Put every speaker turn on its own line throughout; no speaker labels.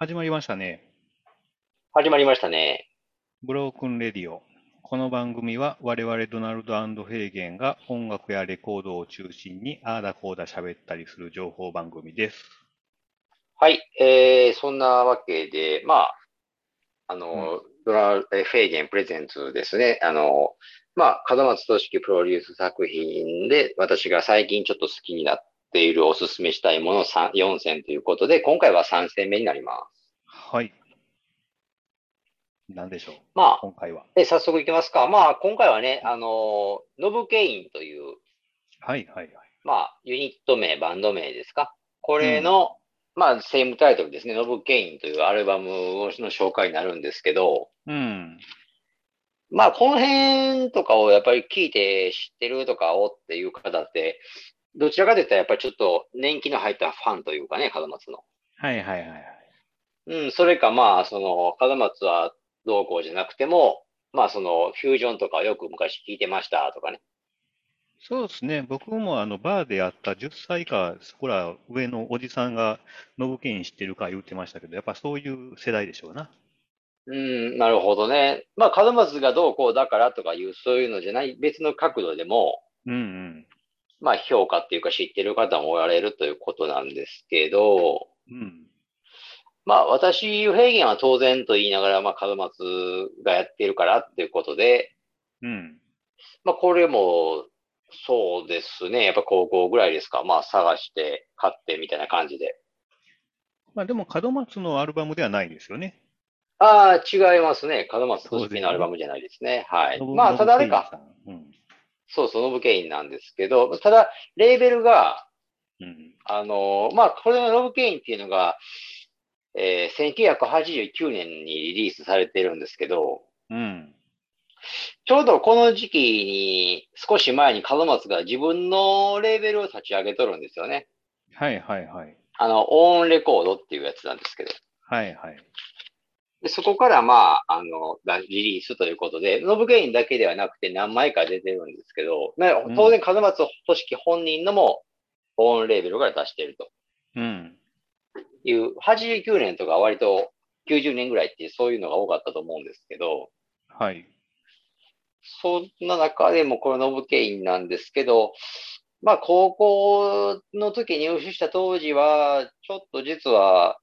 始まりましたね。
始まりましたね。
ブロークンレディオ。この番組は我々ドナルドヘーゲンが音楽やレコードを中心にああだこうだ喋ったりする情報番組です。
はい、えー、そんなわけで、まあ、あの、ドラえーフェーゲンプレゼンツですね。あの、まあ、門松俊樹プロデュース作品で、私が最近ちょっと好きになっているおすすめしたいもの3 4選ということで、今回は3選目になります。
はい。何でしょう
まあ、
今回は。
で早速いきますか。まあ、今回はね、あの、ノブケインという、
はいはいはい。
まあ、ユニット名、バンド名ですか。これの、まあ、セームタイトルですね。ノブ・ケインというアルバムの紹介になるんですけど、
うん。
まあ、この辺とかをやっぱり聞いて知ってるとかをっていう方って、どちらかといったらやっぱりちょっと年季の入ったファンというかね、門松の。
はいはいはいはい。
うん、それかまあ、その、門松はどうこうじゃなくても、まあ、その、フュージョンとかよく昔聞いてましたとかね。
そうですね。僕もあのバーでやった10歳以下、そこら上のおじさんがノブケイン知ってるか言ってましたけど、やっぱそういう世代でしょうな。
うん、なるほどね。まあ、門松がどうこうだからとかいう、そういうのじゃない、別の角度でも、
うんうん。
まあ、評価っていうか知ってる方もおられるということなんですけど、
うん。
まあ、私、平原は当然と言いながら、まあ、門松がやってるからっていうことで、
うん。
まあ、これも、そうですね。やっぱ高校ぐらいですか。まあ、探して、買ってみたいな感じで。
まあでも門松のアルバムではないですよね。
ああ、違いますね。門松俊樹のアルバムじゃないですね。はい。
ノブ
まあ、ただあれ。か。
ノブケインさん
そうそう、ノブケインなんですけど、ただ、レーベルが、
うん。うん。
あのまあ、これのロブ・ケインっていうのが、えー1989年にリリースされてるんですけど、
うん。
ちょうどこの時期に、少し前に門松が自分のレーベルを立ち上げとるんですよね。
はいはいはい。
あの、オーンレコードっていうやつなんですけど。
はいはい。
でそこから、まあ、あの、がリリースということで、ノブゲインだけではなくて何枚か出てるんですけど、まあ
うん
当然、門松俊樹本人のも、オーンレーベルから出してると。
うん。
いう、89年とか割と90年ぐらいってそういうのが多かったと思うんですけど、
はい。
そんな中でもこのノブケインなんですけど、まあ高校の時入手した当時は、ちょっと実は、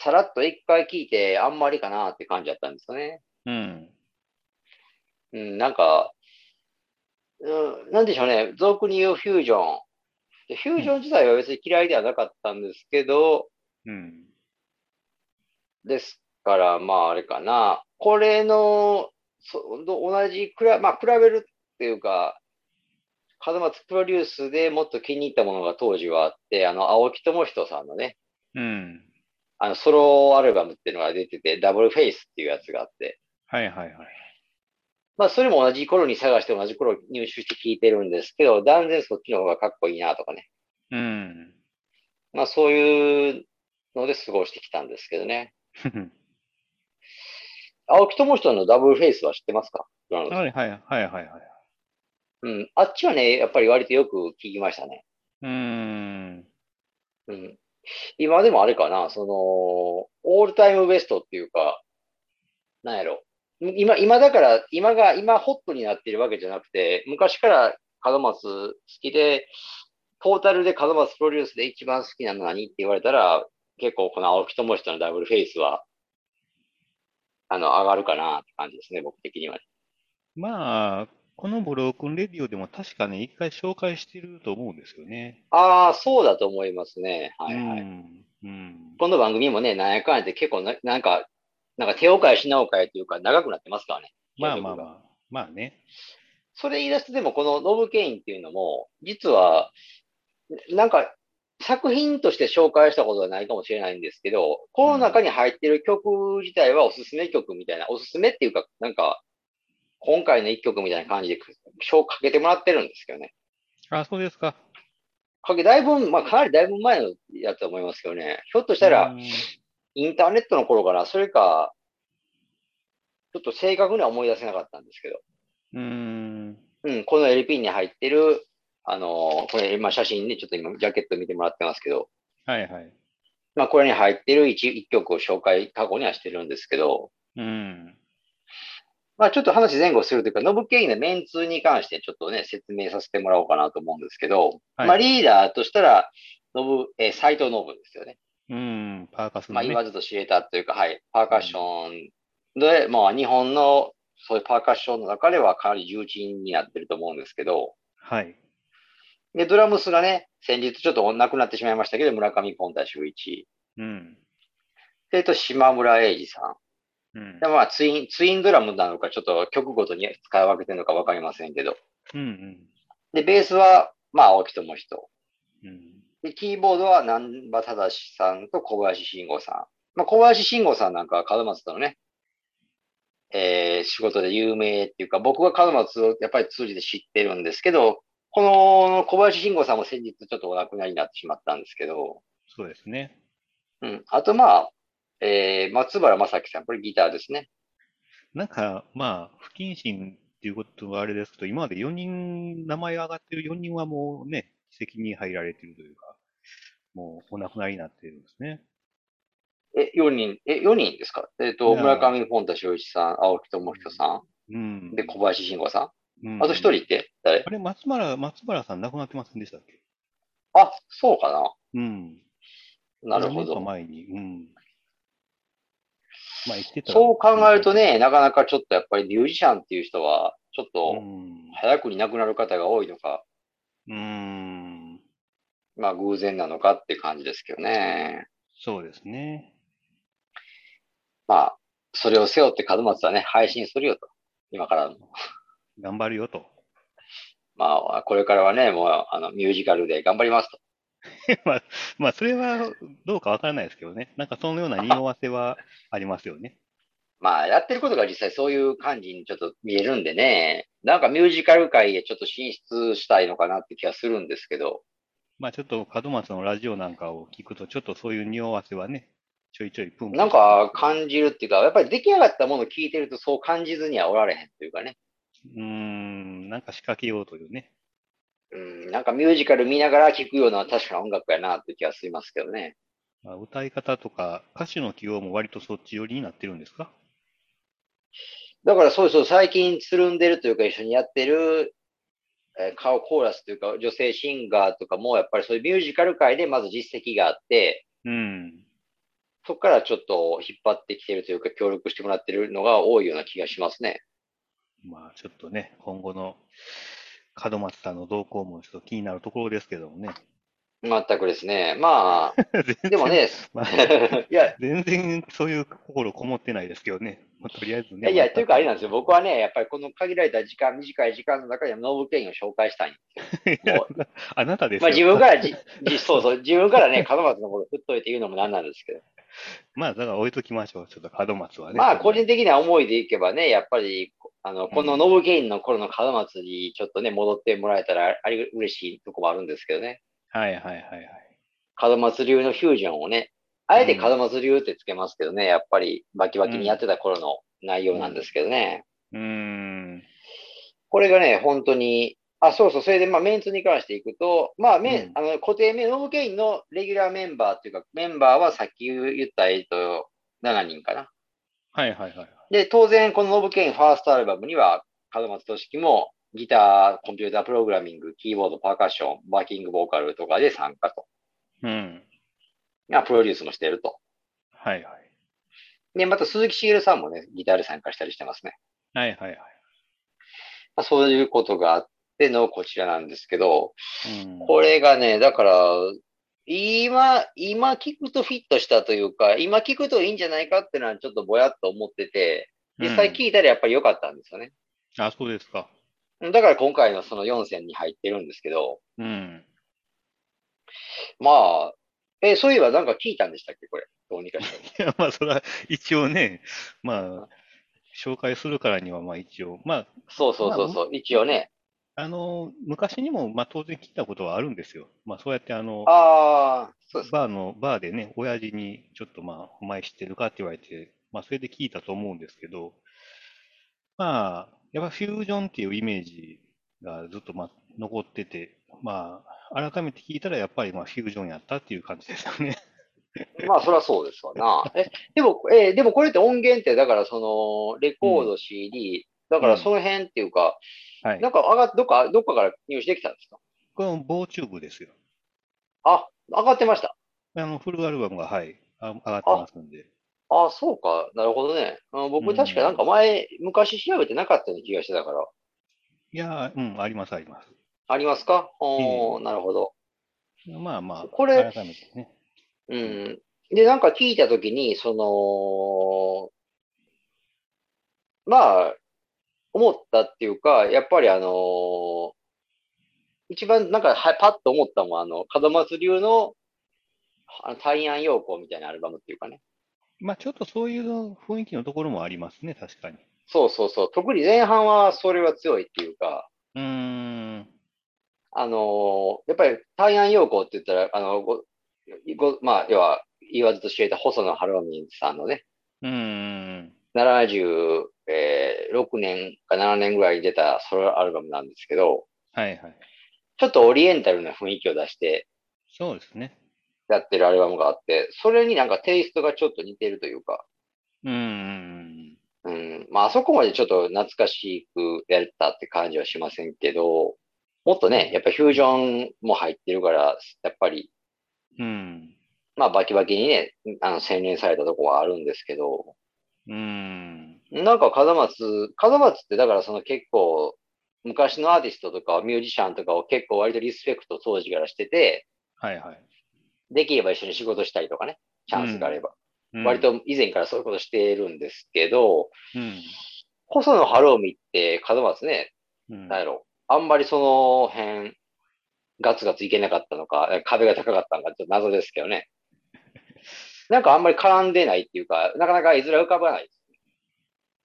さらっと一回聞いてあんまりかなって感じだったんですよね。
うん。
うん、なんか、うん、なんでしょうね、俗に言うフュージョン。でフュージョン自体は別に嫌いではなかったんですけど、
うん。
ですから、まあ、あれかな。これの、そど同じ、くらまあ、比べるっていうか、門松プロデュースでもっと気に入ったものが当時はあって、あの、青木智人さんのね、
うん。
あの、ソロアルバムっていうのが出てて、ダブルフェイスっていうやつがあって、
はいはいはい。
まあ、それも同じ頃に探して同じ頃入手して聴いてるんですけど、断然そっちの方がかっこいいなとかね。
うん。
まあ、そういうので過ごしてきたんですけどね。青木智人のダブルフェイスは知ってますか浦野さん
はいはいはいはいはい。
うん、あっちはね、やっぱり割とよく聞きましたね。
うん。
うん、今でもあれかな、その、オールタイムベストっていうか、なんやろ。今、今だから、今が、今ホットになってるわけじゃなくて、昔から門松好きで、トータルで門松プロデュースで一番好きなのは何って言われたら、結構この青木智人のダブルフェイスは、あの、上がるかなって感じですね、僕的には。
まあ、このブロークンレディオでも確かね、一回紹介してると思うんですよね。
ああ、そうだと思いますね。はいはい。
うん。うん。
この番組もね、なんやかんやって結構な、なんか、なんか手を変え品を変えというか長くなってますからね。
まあまあま
曲が
あ。まあね。
それ言い出すとでもこのノブケインっていうのも、実は、なんか作品として紹介したことはないかもしれないんですけど、この中に入ってる曲自体はおすすめ曲みたいな、おすすめっていうか、なんか、今回の一曲みたいな感じで賞かけてもらってるんですけどね。
あ、そうですか。
かけ、だいぶ、まあかなりだいぶ前のやつだと思いますけどね。ひょっとしたら、
うん
インターネットの頃から、それか、ちょっと正確には思い出せなかったんですけど、
うん。
うん、この LP に入ってる、あのーこれ今写真ね、ちょっと今ジャケット見てもらってますけど、
はいはい。
まあ、これに入ってる一一曲を紹介、過去にはしてるんですけど、
うん。
まあ、ちょっと話前後するというか、ノブケインのメンツに関してちょっとね、説明させてもらおうかなと思うんですけど、
はい
まあ、リーダーとしたら、ノブ、えー、斎藤ノブですよね。
うん。パーカスの
まあ、
ね。
今ずっと知れたというか、はい、パーカッションで、まあ、日本のそういうパーカッションの中ではかなり重鎮になってると思うんですけど、
はい。
で、ドラムスがね、先日ちょっと亡くなってしまいましたけど、村上ポンタ秀一。
うん。
で、えっと、島村英二さん。
うん
で、。まあ、ツイン、ツインドラムなのか、ちょっと曲ごとに使い分けてるのかわかりませんけど。
うん。うん。
で、ベースは、まあ、青木智人。
うん。
で、キーボードは南波忠さんと小林慎吾さん。まあ、小林慎吾さんなんかは門松とのね、えー仕事で有名っていうか、僕は門松をやっぱり通じて知ってるんですけど、この小林慎吾さんも先日ちょっとお亡くなりになってしまったんですけど、
そうですね。
うん。あと、まあ、えー松原正樹さん、これギターですね。
なんか、まあ、不謹慎っていうことはあれですけど、今まで4人、名前が上がってる4人はもうね、席に入られてるというか、もうお亡くなりになっているんですね。
え、4人、え、4人ですかえっ、と、
いや
村上ポンタ秀一さん、青木智人さ
うん。
ん、で、小林慎吾さ
うん
ん。あと1人って誰
あれ、松原、松原さん亡くなってませんでしたっけ
あ、そうか
うん。
な。なるほ
何年か
ど。
前に。うん。まあ、生きてたら
そう考えると、ね、なかなかちょっとやっぱりミュージシャンっていう人は、ちょっ
う
と
ん。
早くに亡くなる方が多いのか、
うん。
まあ偶然なのかっていう感じですけどね。
そうですね。
まあ、それを背負って門松はね、配信するよと。今からも。
頑張るよと。
まあ、これからはね、もうあのミュージカルで頑張りますと。
まあ、まあ、それはどうかわからないですけどね。なんかそのような匂わせはありますよね。
まあ、やってることが実際そういう感じにちょっと見えるんでね、なんかミュージカル界へちょっと進出したいのかなって気がするんですけど、
まあちょっと門松のラジオなんかを聞くと、ちょっとそういう匂わせはね、ちょいちょいプンプン。
なんか感じるっていうか、やっぱり出来上がったものを聞いてるとそう感じずにはおられへんというかね。
うーん、なんか仕掛けようというね。
うん、なんかミュージカル見ながら聴くような確かな音楽やなって気がしますけどね。
まあ、歌い方とか、歌手の起用も割とそっち寄りになってるんですか
だからそうそう、最近つるんでるというか一緒にやってる、えー顔コーラスというか女性シンガーとかもやっぱりそういうミュージカル界でまず実績があって、
うん。
そこからちょっと引っ張ってきてるというか協力してもらってるのが多いような気がしますね。
まあちょっとね、今後の門松さんの動向もちょっと気になるところですけどもね。
全くですね。ま あ、
全然
でも、ね、
まあ
いや、
全然そういう心こもってないですけどね。まあとりあえず
い
ね。
やいや、というかあれなんですよ。僕 はね、やっぱりこの限られた時間、短い時間の中でノーブケインを紹介したいんですよ。もう
あなたです
ま
よ。
あ自分からじ、 じそうそう、自分からね、門松のこと振っといて言うのもなんなんですけど、
まあだから置いときましょう。ちょっと門松はね。
まあ個人的な思いでいけばね、やっぱり、あの、このノブゲインの頃の門松にちょっとね、戻ってもらえたらあり嬉しいとこもあるんですけどね、
はいはいはいはい。
門松流のフュージョンをね、あえて門松流ってつけますけどね、やっぱりバキバキにやってた頃の内容なんですけどね、
うーん。
これがね、本当に、あ、そうそう、それで、まあ、メンツに関していくと、まあ、メン、
うん
あの、固定メン、ノブケインのレギュラーメンバーっていうか、メンバーはさっき言った、えっと、7人かな。
はいはいはい。
で、当然、このノブケインファーストアルバムには、門松俊樹も、ギター、コンピュータープログラミング、キーボード、パーカッション、バーキングボーカルとかで参加と。
うん。
まあ、プロデュースもしてると。
はいはい。
で、また鈴木茂さんもね、ギターで参加したりしてますね。
はいはいはい。
まあ、そういうことがあってのこちらなんですけど、
うん、
これがね、だから、今、今聞くとフィットしたというか、今聞くといいんじゃないかっていうのはちょっとぼやっと思ってて、実際聞いたらやっぱり良かったんですよね。
うんあ、そうですか。
だから今回のその4選に入ってるんですけど、
うん。
まあ、え、そういえばなんか聞いたんでしたっけこれ。どうにかして。
いや、まあ、それは一応ね、まあ、紹介するからには、まあ一応、ま
そうそうそうそう。一応ね。
あ、あの、昔にも、まあ当然聞いたことはあるんですよ。まあそうやって、あの、
ああ、そうです。
バーの、バーでね、親父に、ちょっとまあ、お前知ってるかって言われて、まあ、それで聞いたと思うんですけど、まあ、やっぱフュージョンっていうイメージがずっとまあ 残ってて、まあ、改めて聞いたらやっぱりまあフュージョンやったっていう感じですよね。
まあ、そりゃそうですわな。え、でも、えーでもこれって音源って、だからその、レコード、CD、だからその辺っていうか、
はい
な。んか上がっどっか、どっかから入手できたんですか
これも棒チューブですよ。
あ、上がってました。
あの、フルアルバムが、はい、あ上がってますんで。
あ、そうか。なるほどね。うん、
う
僕
ん
確かなんか前、昔調べてなかったような気がしてたから。
いやー、うん、あります、あります。
ありますかおー、なるほど。
まあまあ、
これ
改めてね。
うん。で、なんか聞いたときに、その、まあ、思ったっていうか、やっぱりあのー一番なんかはパッと思ったのは、あの、門松流の、あの、大安陽光みたいなアルバムっていうかね。
まあ、ちょっとそういう雰囲気のところもありますね、確かに。
そうそうそう。特に前半はそれは強いっていうか、
うーん、
あのーやっぱり大安陽光って言ったら、あの、ご、ご、まあ、要は、言わずと知れた細野晴臣さんのね、
うーん、
76年か7年ぐらいに出たソロアルバムなんですけど、
はいはい。
ちょっとオリエンタルな雰囲気を出して
そうですね。
やってるアルバムがあって、それになんかテイストがちょっと似てるというか、
うーん、
うん、まあ、あそこまでちょっと懐かしくやれたって感じはしませんけど、もっとね、やっぱフュージョンも入ってるから、やっぱり
うん、
まあ、バキバキにね、あの、洗練されたとこはあるんですけど、
うーん、
なんか門松、門松ってだからその結構、昔のアーティストとかミュージシャンとかを結構割とリスペクト当時からしてて、
はいはい。
できれば一緒に仕事したりとかね、チャンスがあれば。
うん
割、と以前からそういうことしてるんですけど、
うん、
細野晴臣って門松ね、
うん
なんやろ、あんまりその辺、ガツガツいけなかったのか、壁が高かったのか、ちょっと謎ですけどね。なんかあんまり絡んでないっていうか、なかなか絵面浮かばない。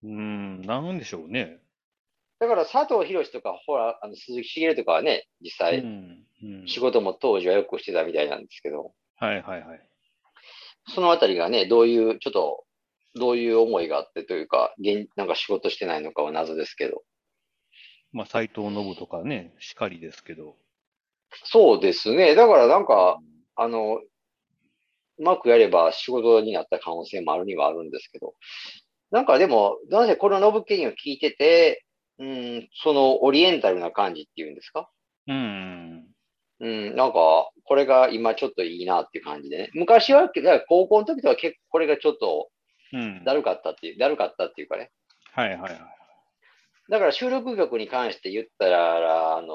うーん、なんでしょうね。
だから佐藤博とか、ほら、あの鈴木茂とかはね、実
う
際、
ん、うん、
仕事も当時はよくしてたみたいなんですけど、
はいはいはい。
そのあたりがね、どういう、ちょっと、どういう思いがあってというか、現なんか仕事してないのかは謎ですけど。
まあ、斎藤信とかね、しかりですけど。
そうですね。だからなんか、
うん
あの、うまくやれば仕事になった可能性もあるにはあるんですけど、なんかでも、なぜこのノブケニを聞いてて、うん、そのオリエンタルな感じっていうんですか
うん。
うん、なんか、これが今ちょっといいなっていう感じでね。昔は、だから高校の時とは結構これがちょっと
うん。
だるかったっていう、だるかったっていうかね。
はいはいはい。
だから収録曲に関して言ったら、あのー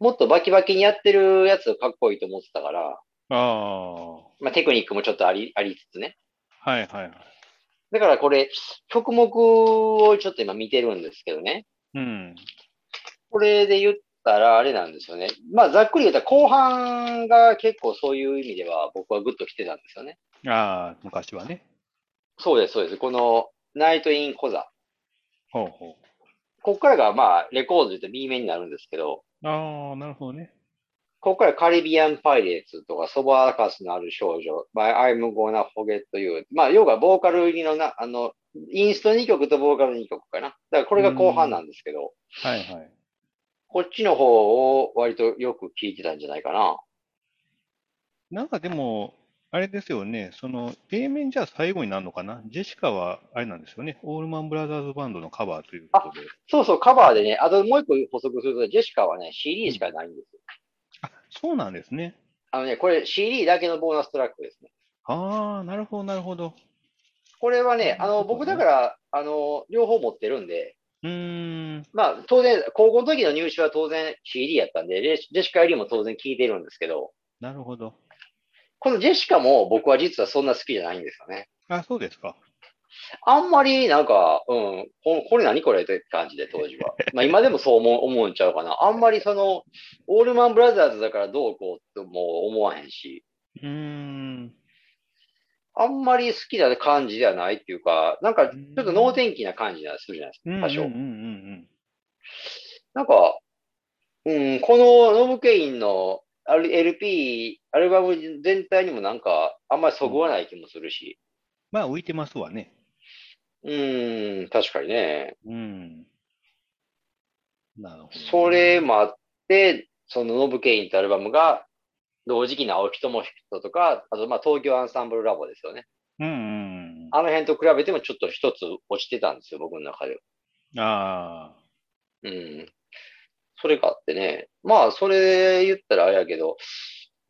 もっとバキバキにやってるやつかっこいいと思ってたから、
ああ。は
まあ、テクニックもちょっとあり、ありつつね。
いはいはい。
だからこれ、曲目をちょっと今見てるんですけどね。
うん。
これで言ったらあれなんですよね。まあ、ざっくり言ったら後半が結構そういう意味では僕はグッと来てたんですよね。
ああ、昔はね。
そうです、そうです。この、ナイト・イン・コザ。
ほうほ
ここからが、まあ、レコードで言うと B 面になるんですけど、
う。ああ、なるほどね。
ここからカリビアン・パイレーツとか、ソバーカスのある少女、by I'm gonna forget you。まあ、要はボーカル入りのな、あの、インスト2曲とボーカル2曲かな。だからこれが後半なんですけど、
はいはい。
こっちの方を割とよく聞いてたんじゃないかな。
なんかでも、あれですよね。その、A 面じゃあ最後になるのかなジェシカは、あれなんですよね。オールマンブラザーズバンドのカバーということで。
そうそう、カバーでね、あともう一個補足すると、ジェシカはね、CD しかないんですよ。
あ、そうなんですね。
あのね、これ CD だけのボーナストラックですね。
ああ、なるほど、なるほど。
これはね、あ
な
の、
るほどね
僕だから、あの、両方持ってるんで、
うーん。
まあ、当然、高校の時の入手は当然 CD やったんで、レジェシカよりも当然聴いてるんですけど、
なるほど。
このジェシカも僕は実はそんな好きじゃないんですよね。
あ、そうですか。
あんまりなんか、うん、ここれ何これって感じで当時 は。まあ今でもそう思う思うんちゃうかな。あんまりその、オールマンブラザーズだからどうこうとも思わへんし、
うーん。
あんまり好きな感じではないっていうか、なんかちょっと能天気な感じがするじゃない
うん
で
う
す
ん
か、
うん
多少。
うん
なんか、うん、このノブケインのある LP、アルバム全体にもなんか、あんまりそぐわない気もするし、
まあ浮いてますわね。
うん、確かにね。
うん。なるほどね。
それもあって、そのノブケインってアルバムが、同時期の青木智人とか、あとまあ東京アンサンブルラボですよね。
うんうん。
あの辺と比べてもちょっと一つ落ちてたんですよ、僕の中では。
ああ。
うん。それがあってね。まあ、それ言ったらあれやけど、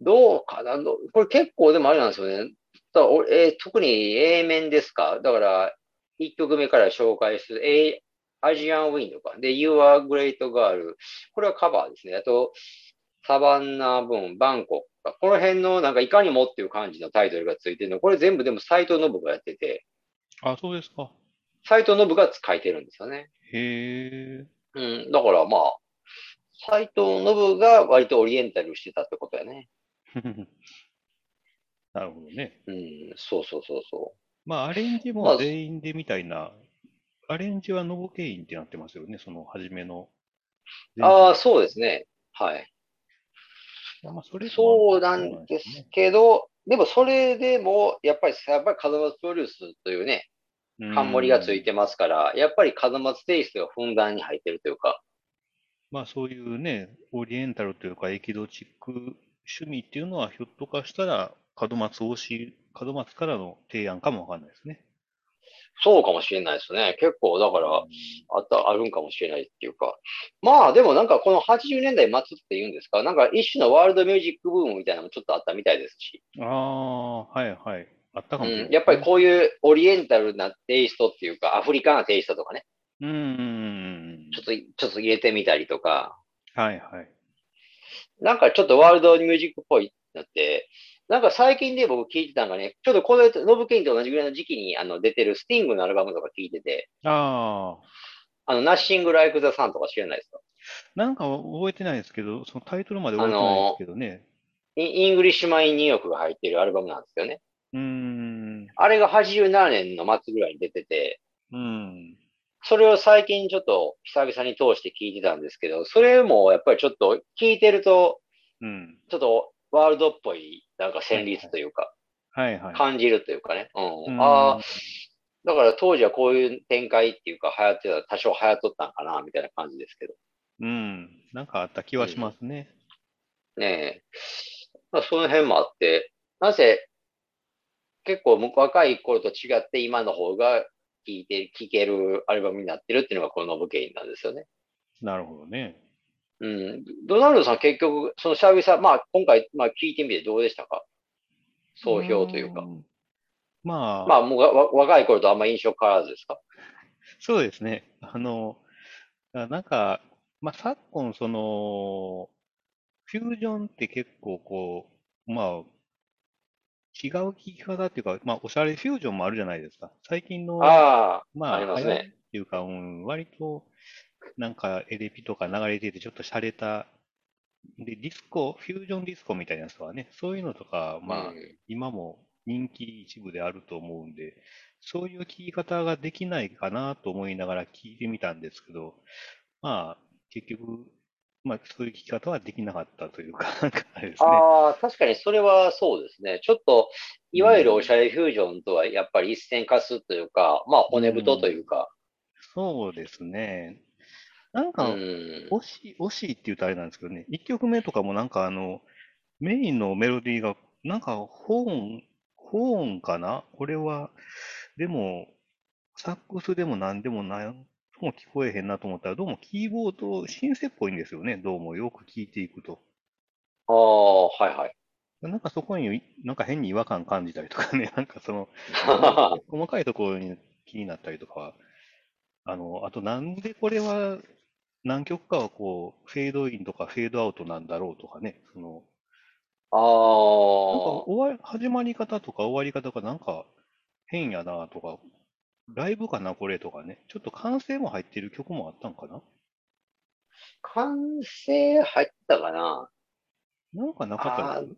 どうかなどこれ結構でもあれなんですよね。だから俺えー特に A 面ですかだから、1曲目から紹介する A、アジアンウィンドか。で、You are Great Girl。これはカバーですね。あと、サバンナブーン、バンコクか。この辺のなんかいかにもっていう感じのタイトルがついてるの。これ全部でも斎藤信がやってて、
あ、そうですか。
斎藤信が書いてるんですよね。
へえ。
うん、だからまあ、斎藤信が割とオリエンタルしてたってことやね。
なるほどね。
うん、そうそうそうそ
まあ、アレンジ
まあ
も全員でみたいな、アレンジはノボケインってなってますよね、その初めの。
う。ああ、そうですね。はい。
あ、まあ、それも
そうなんです
そうなんね
けど、でもそれでも、やっぱり、やっぱり風松プロデュースというね、冠がつい
うん
てますから、やっぱり風松テイストがふんだんに入ってるというか、
まあ、そういうね、オリエンタルというか、エキゾチック趣味っていうのは、ひょっとかしたら、門松推し、門松からの提案かもわかんないですね。
そうかもしれないですね。結構、だから、あった、あるんかもしれないっていうか。まあ、でもなんかこの80年代末っていうんですか、なんか一種のワールドミュージックブームみたいなのもちょっとあったみたいですし。
ああ、はいはい。あったかもしれない、
うん、やっぱりこういうオリエンタルなテイストっていうか、アフリカなテイストとかね、
う。うん。
ちょっと、ちょっと入れてみたりとか、
はいはい。
なんかちょっとワールドミュージックっぽいなって、なんか最近で僕聞いてたのがね、ちょっとこのノブケインと同じぐらいの時期にあの出てるスティングのアルバムとか聞いてて、
ああ、
あの、ナッシング・ライク・ザ・サンとか知らないですか
なんか覚えてないですけど、そのタイトルまで覚えてないですけどね。
インイングリッシュ・マイン・ニューヨークが入ってるアルバムなんですよね。
うーん。
あれが87年の末ぐらいに出てて、
うん。
それを最近ちょっと久々に通して聞いてたんですけど、それもやっぱりちょっと聞いてると、
うん。
ちょっとワールドっぽい、なんか旋律というか、
はいはい。
感じるというかね。う。
うんん
ああ、だから当時はこういう展開っていうか、流行ってた、多少流行っとったんかな、みたいな感じですけど。
うん。なんかあった気はしますね。
ねえ。まあ、その辺もあって、なぜ、結構む若い頃と違って今の方が聴いて、聴けるアルバムになってるっていうのがこのノブケインなんですよね。
なるほどね。
うん。ドナルドさん結局、その久々、まあ今回、まあ聞いてみてどうでしたか総評というか。
ん。まあ、
まあもうがわ若い頃とあんま印象変わらずですか
そうですね。あの、あなんか、まあ、昨今、その、フュージョンって結構こう、まあ、違う聞き方っていうか、まあ、おしゃれフュージョンもあるじゃないですか。最近の、
あ
まあ、
ありますね
流行りっていうか、うん、割と、なんか、エレピとか流れてて、ちょっと洒落た、で、ディスコ、フュージョンディスコみたいなやつはね、そういうのとか、
あ、
まあ
う、ん
今も人気一部であると思うんで、そういう聞き方ができないかなと思いながら聞いてみたんですけど、まあ、結局、まあ、そういう聞き方はできなかったというか、なんかあれですね。
ああ、確かにそれはそうですね。ちょっと、いわゆるおしゃれフュージョンとはやっぱり一線化すというか、まあ骨太というか、
そうですね。なん
う
か、
ん。
惜しい、惜しいって言うとあれなんですけどね、1曲目とかもなんかあの、メインのメロディーが、なんかホーン、ホーンかなこれは、でも、サックスでも何でもなんとも聞こえへんなと思ったら、どうもキーボード、シンセっぽいんですよね、どうもよく聞いていくと。
ああ、はいはい。
なんかそこに、なんか変に違和感感じたりとかね、なんかその、細かいところに気になったりとかは、あの、あとなんでこれは何曲かはこう、フェードインとかフェードアウトなんだろうとかね、その、
あ
なんか
あ、
終わり、始まり方とか終わり方がなんか変やなとか、ライブかなこれとかね、ちょっと完成も入ってる曲もあったんかな
完成入ったかな。
なんかなかったです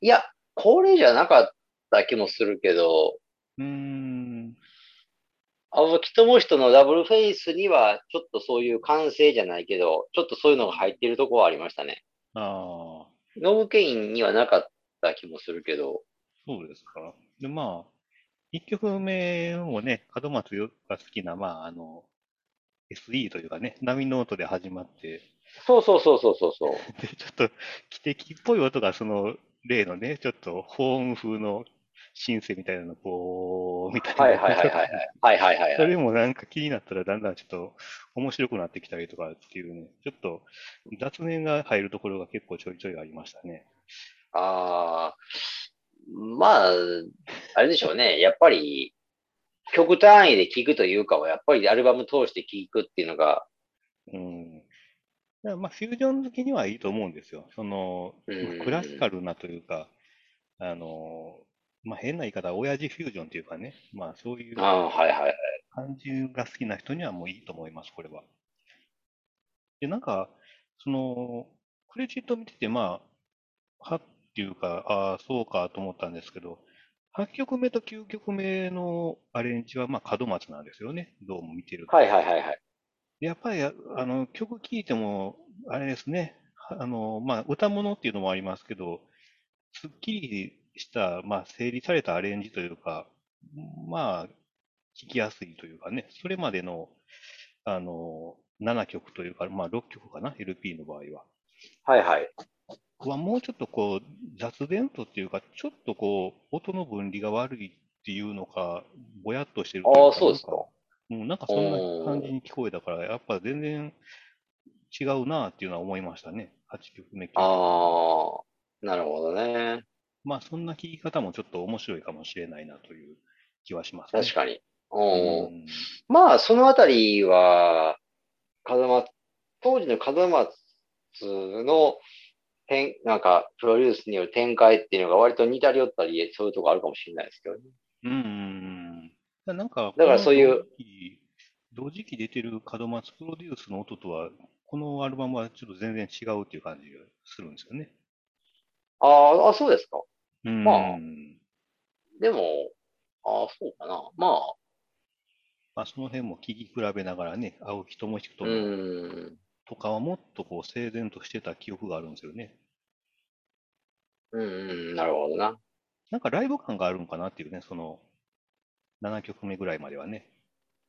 いや、これじゃなかった気もするけど、
うーん、
青木智人のダブルフェイスには、ちょっとそういう完成じゃないけど、ちょっとそういうのが入ってるとこはありましたね。
ああ。
ノブケインにはなかった気もするけど、
そうですか。で、まあ、一曲目もね、門松が好きな、まあ、あの、SE というかね、波ノートで始まって、
そうそうそうそうそう そう。
で、ちょっと、汽笛っぽい音が、その、例のね、ちょっと、保音風のシンセみたいなの、ボーみたいな。
はいはいはいはいはい。はいは い
そ
はい。
れもなんか気になったらだんだんちょっと面白くなってきたりとかっていうね、ちょっと雑念が入るところが結構ちょいちょいありましたね。
ああ、まあ、あれでしょうね。やっぱり、曲単位で聴くというかは、やっぱりアルバム通して聴くっていうのが、
うん。だからまあ、フュージョン好きにはいいと思うんですよ。その、
うん
まあクラシカルなというか、あの、まあ、変な言い方、親父フュージョンというかね、まあ、そういう
ああ、はいはいはい。
感じが好きな人にはもういいと思います、これは。で、なんか、その、クレジット見てて、まあ、はっていうか、ああ、そうかと思ったんですけど、8曲目と9曲目のアレンジは、まあ、門松なんですよね、どうも見てると。
はいはいはいはい。
でやっぱり、ああの、曲聴いても、あれですね、あの、まあ、歌物っていうのもありますけど、すっきりした、まあ、整理されたアレンジというか、まあ、聴きやすいというかね、それまでの、あの、7曲というか、まあ、6曲かな、LP の場合は。
はいはい。
はもうちょっとこう雑然とっていうか、ちょっとこう音の分離が悪いっていうのか、ぼやっとしてるとい
ああ、
うか、
そうですか。
うん、なんかそんな感じに聞こえたから、やっぱ全然違うなっていうのは思いましたね。8曲目、9曲
ああ、なるほどね。
まあそんな聞き方もちょっと面白いかもしれないなという気はしますね。
確かに。
う
うん。
ん。
まあ、そのあたりは、風松、当時の風松の、展なんか、プロデュースによる展開っていうのが割と似たり寄ったり、そういうとこあるかもしれないですけどね。
うんうんうん。だなんか、
だからそうい
この
う
同時期、同時期出てる門松プロデュースの音とは、このアルバムはちょっと全然違うっていう感じがするんですよね。
あーあ、そうですか。
うん。
まあでも、ああ、そうかな。まあ、
まあ、その辺も聞き比べながらね、青木智彦
う
とも
ーん。
とかはもっとこう整然としてた記憶があるんですよね。
うんうん、なるほどな。
なんかライブ感があるんかなっていうね、その7曲目ぐらいまではね。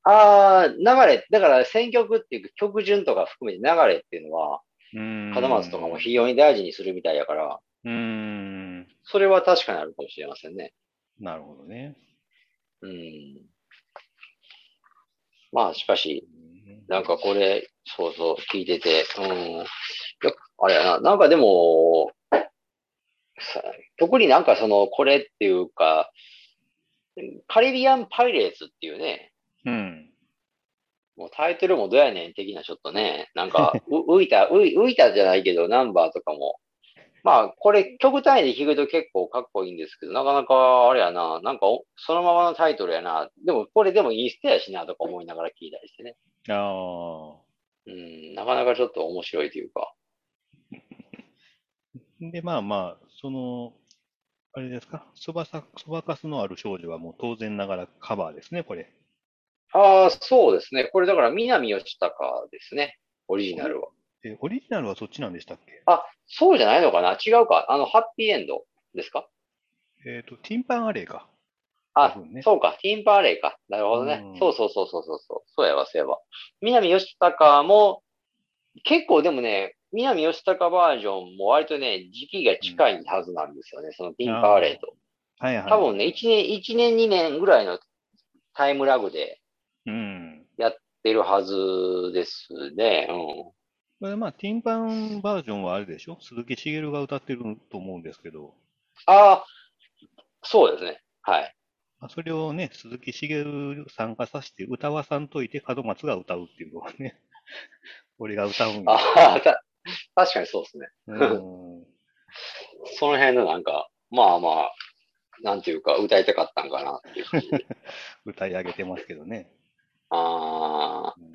ああ、流れ、だから選曲っていうか曲順とか含めて流れっていうのは、
うん
門松とかも非常に大事にするみたいやから、
うん。
それは確かにあるかもしれませんね。
なるほどね。
うん。まあ、しかし、
うん
なんかこれ、そうそう、聞いてて、うん。いやあれやな、なんかでも、さ特になんかその、これっていうか、カリビアン・パイレーツっていうね、
うん。
もうタイトルもどやねん的なちょっとね、なんか、う浮いた、浮い浮いたじゃないけど、ナンバーとかも。まあ、これ、曲単位で弾くと結構かっこいいんですけど、なかなか、あれやな、なんかお、そのままのタイトルやな、でも、これでもインスタやしな、とか思いながら聞いたりしてね。
ああ。
うん、なかなかちょっと面白いというか。
で、まあまあ、その、あれですか、そばさ、そばかすのある少女はもう当然ながらカバーですね、これ。
ああ、そうですね。これだから、南吉高ですね。オリジナルは。
え、オリジナルはそっちなんでしたっけ
あ、そうじゃないのかな違うか。あの、ハッピーエンドですか
えっと、ティンパンアレイか。
あ
多分ね、
そうか。ティンパーレイか。なるほどね
うん。
そうそうそうそうそうそう。そうやわ、そうやわ。南吉高も、結構でもね、南吉高バージョンも割とね、時期が近いはずなんですよね。そのティンパーレイと。
はいはい。
多分ね、1年、一年2年ぐらいのタイムラグで
うん。
出るはずですね。うん。
これまあ、ティンパンバージョンはあれでしょ鈴木茂が歌ってると思うんですけど、
ああ、そうですね。はい。
まあ、それをね、鈴木茂さんがさして歌わさんといて門松が歌うっていうのがね、 俺が歌うん
あ
や。
あ、た、確かにそうですね。
うん。
その辺のなんか、まあまあ、なんていうか、歌いたかったんかなっていう感じ。
歌い上げてますけどね。
ああ、
うん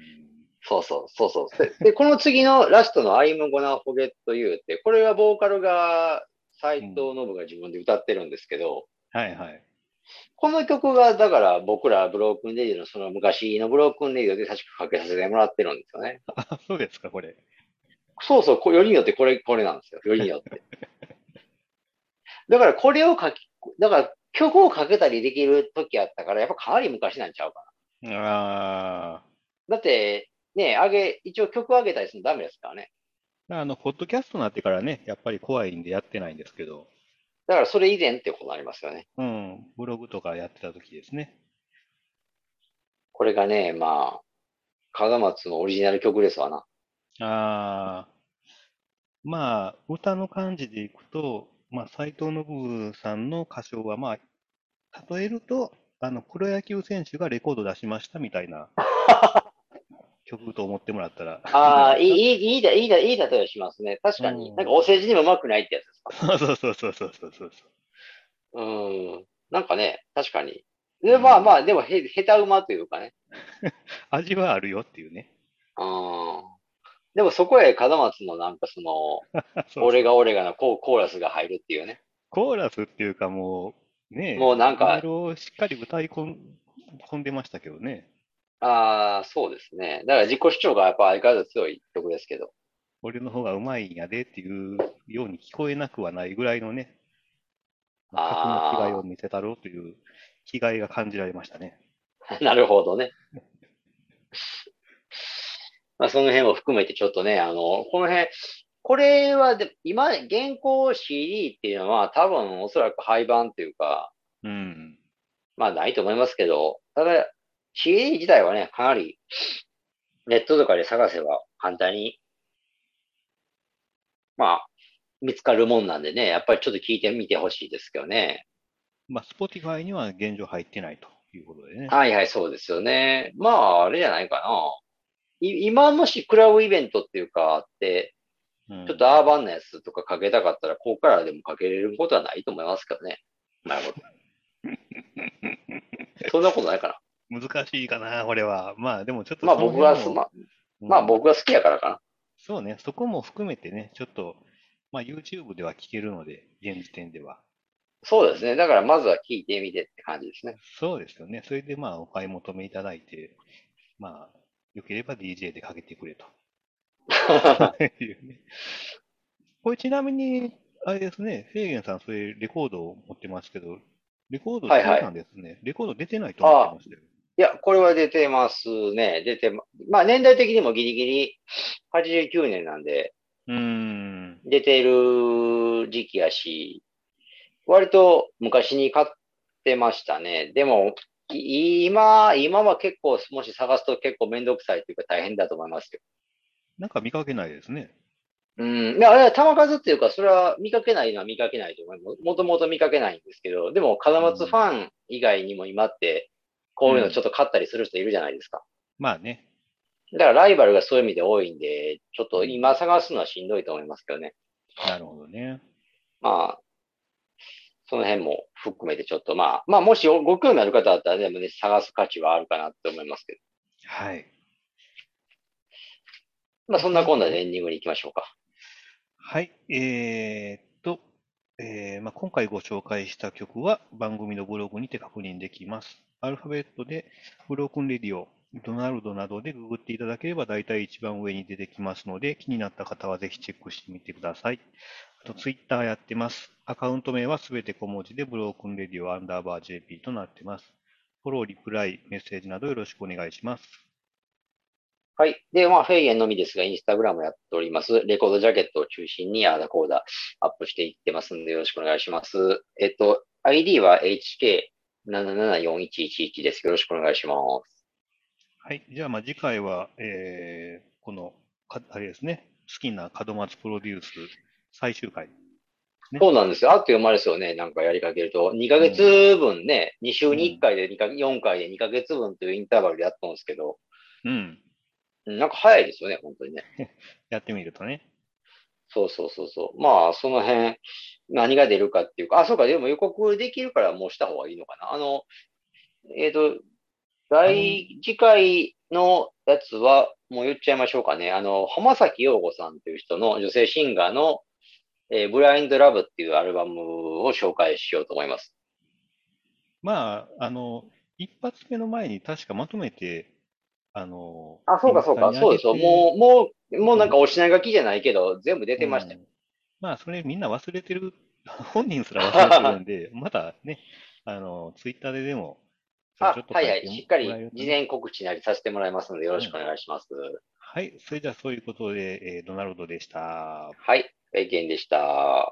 そうそう、そうそう。でで、この次のラストの I'm gonna forget you って、これはボーカルが斎藤信が自分で歌ってるんですけど、
はいはい。
この曲が、だから僕らブロークンレディオのその昔のブロークンレディオで確かかけさせてもらってるんですよね。
あ、そうですか、これ。
そうそう、こよりによってこれ、これなんですよ。よりによって。だからこれを書き、だから曲をかけたりできる時やったから、やっぱかなり昔なんちゃうか
ああ、
な。だって、ね、あげ、一応曲上げたりするのダメですからね。
あの、ポッドキャストになってからね、やっぱり怖いんでやってないんですけど、
だからそれ以前ってことになりますよね。
うん、ブログとかやってた時ですね。
これがね、まあ、風松のオリジナル曲ですわな。
ああ、まあ、歌の感じでいくと、まあ、斎藤信さんの歌唱は、まあ、例えると、あの、プロ野球選手がレコード出しましたみたい な曲と思ってもらったら、
ああ、いい、
いいんじ
いい、いいだ、いいだ、いい例えをしますね。確か
う
に。
ん
なんかお世辞にもうまくないってやつですか。
ゃないですか。 そうそうそうそうそうそう。
うん。なんかね、確かに。で、まあまあ、でもへ、下手馬というかね。
味はあるよっていうね。
うん。でもそこへ門松のなんかその、
そう
俺が俺がのコーコーラスが入るっていうね。
コーラスっていうかもう、ねえ、
もうなんか
いろいろしっかり歌い込ん、込んでましたけどね。
ああ、そうですね。だから自己主張がやっぱ相変わらず強い曲ですけど。
俺の方がうまいんやでっていうように聞こえなくはないぐらいのね、
あー
格の違いを見せたろうという気概が感じられましたね。
なるほどね。まあ、その辺も含めてちょっとね、あの、この辺、これはで、今、現行 CD っていうのは多分おそらく廃盤というか、
うん。
まあないと思いますけど、ただ CD 自体はね、かなりネットとかで探せば簡単に、まあ、見つかるもんなんでね、やっぱりちょっと聞いてみてほしいですけどね。
まあ、Spotify には現状入ってないということ でね。
はいはい、そうですよね。まあ、あれじゃないかな。い今もしクラブイベントっていうかあって、
うん
ちょっとアーバンなやつとかかけたかったら、ここからでもかけれることはないと思いますけど ね。なるほど。そんなことない かな。
難しいかな、これは。まあ、でもちょっと
まあ
その
僕が
辺
す、
も
まあ、まあ
うん
僕が好きやからか
そうね、そこも含めてね、ちょっと、まあ、YouTube では聞けるので、現時点では。
な。そうですね。だからまずは聞いてみてって感じですね。
そうですよね。それでまあ、お買い求めいただいて、まあ、よければ DJ でかけてくれと。いうねこれちなみに、あれですね、フェーゲンさん、それレコードを持ってますけど、レコード出
はいはい
たんですね。レコード出てないと思ってましたよ。
いや、これは出てますね。出てま、まあ年代的にもギリギリ89年なんで、
うーん。
出てる時期やし、割と昔に買ってましたね。でも、い今、今は結構、もし探すと結構めんどくさいというか大変だと思いますよ。
なんか見かけないですね。
うん。いや、いや玉数っていうか、それは見かけないのは見かけないと思います。もともと見かけないんですけど、でも、風松ファン以外にも今って、こういうのちょっと買ったりする人いるじゃないですか。
まあね。
だからライバルがそういう意味で多いんで、ちょっと今探すのはしんどいと思いますけどね。
なるほどね。
まあ、その辺も含めてちょっとまあ、まあもしご興味ある方だったらでもね、探す価値はあるかなって思いますけど。
はい。
まあそんなこんなでエンディングに行きましょうか。
はい。えーっと、えーまあ、今回ご紹介した曲は番組のブログにて確認できます。アルファベットでブロークンレディオ、ドナルドなどでググっていただければ大体一番上に出てきますので気になった方はぜひチェックしてみてください。あとツイッターやってます。アカウント名はすべて小文字でブロークンレディオアンダーバー JP となってます。フォロー、リプライ、メッセージなどよろしくお願いします。
はい。で、まあ、フェイエンのみですが、インスタグラムやっております。レコードジャケットを中心に、アーダコーダアップしていってますんで、よろしくお願いします。えっと、ID は HK774111 です。よろしくお願いします。
はい。じゃあ、まあ、次回は、えーこの、かあれですね、好きな門松プロデュース最終回。ね
そうなんですよ。あっという間ですよね。なんかやりかけると。2ヶ月分ね、2週に1回で2か、4回で2ヶ月分というインターバルでやったんですけど、
うん。
うんなんか早いですよね、本当にね。
やってみるとね。
そうそうそうそう。まあ、その辺、何が出るかっていうか、あ、そうか、でも予告できるからもうした方がいいのかな。あの、えっ、と、来、次回のやつは、もう言っちゃいましょうかね。あの、浜崎陽子さんという人の女性シンガーの、えーブラインドラブっていうアルバムを紹介しようと思います。
まあ、あの、一発目の前に確かまとめて、あの、
あ、そうか、そうか、そうですよ。もう、もう、もうなんかお品書きじゃないけど、全部出
出
てましたよ。
まあ、それみんな忘れて る、本人すら忘れてるんで、まだね、あの、ツイッターででも、
あ、はいはい。しっかり事
事
前告知なりさせてもらいますので、よろしくお願いします。
はい。それではそういうことで、えードナルドでした。
はい。ご意見でした。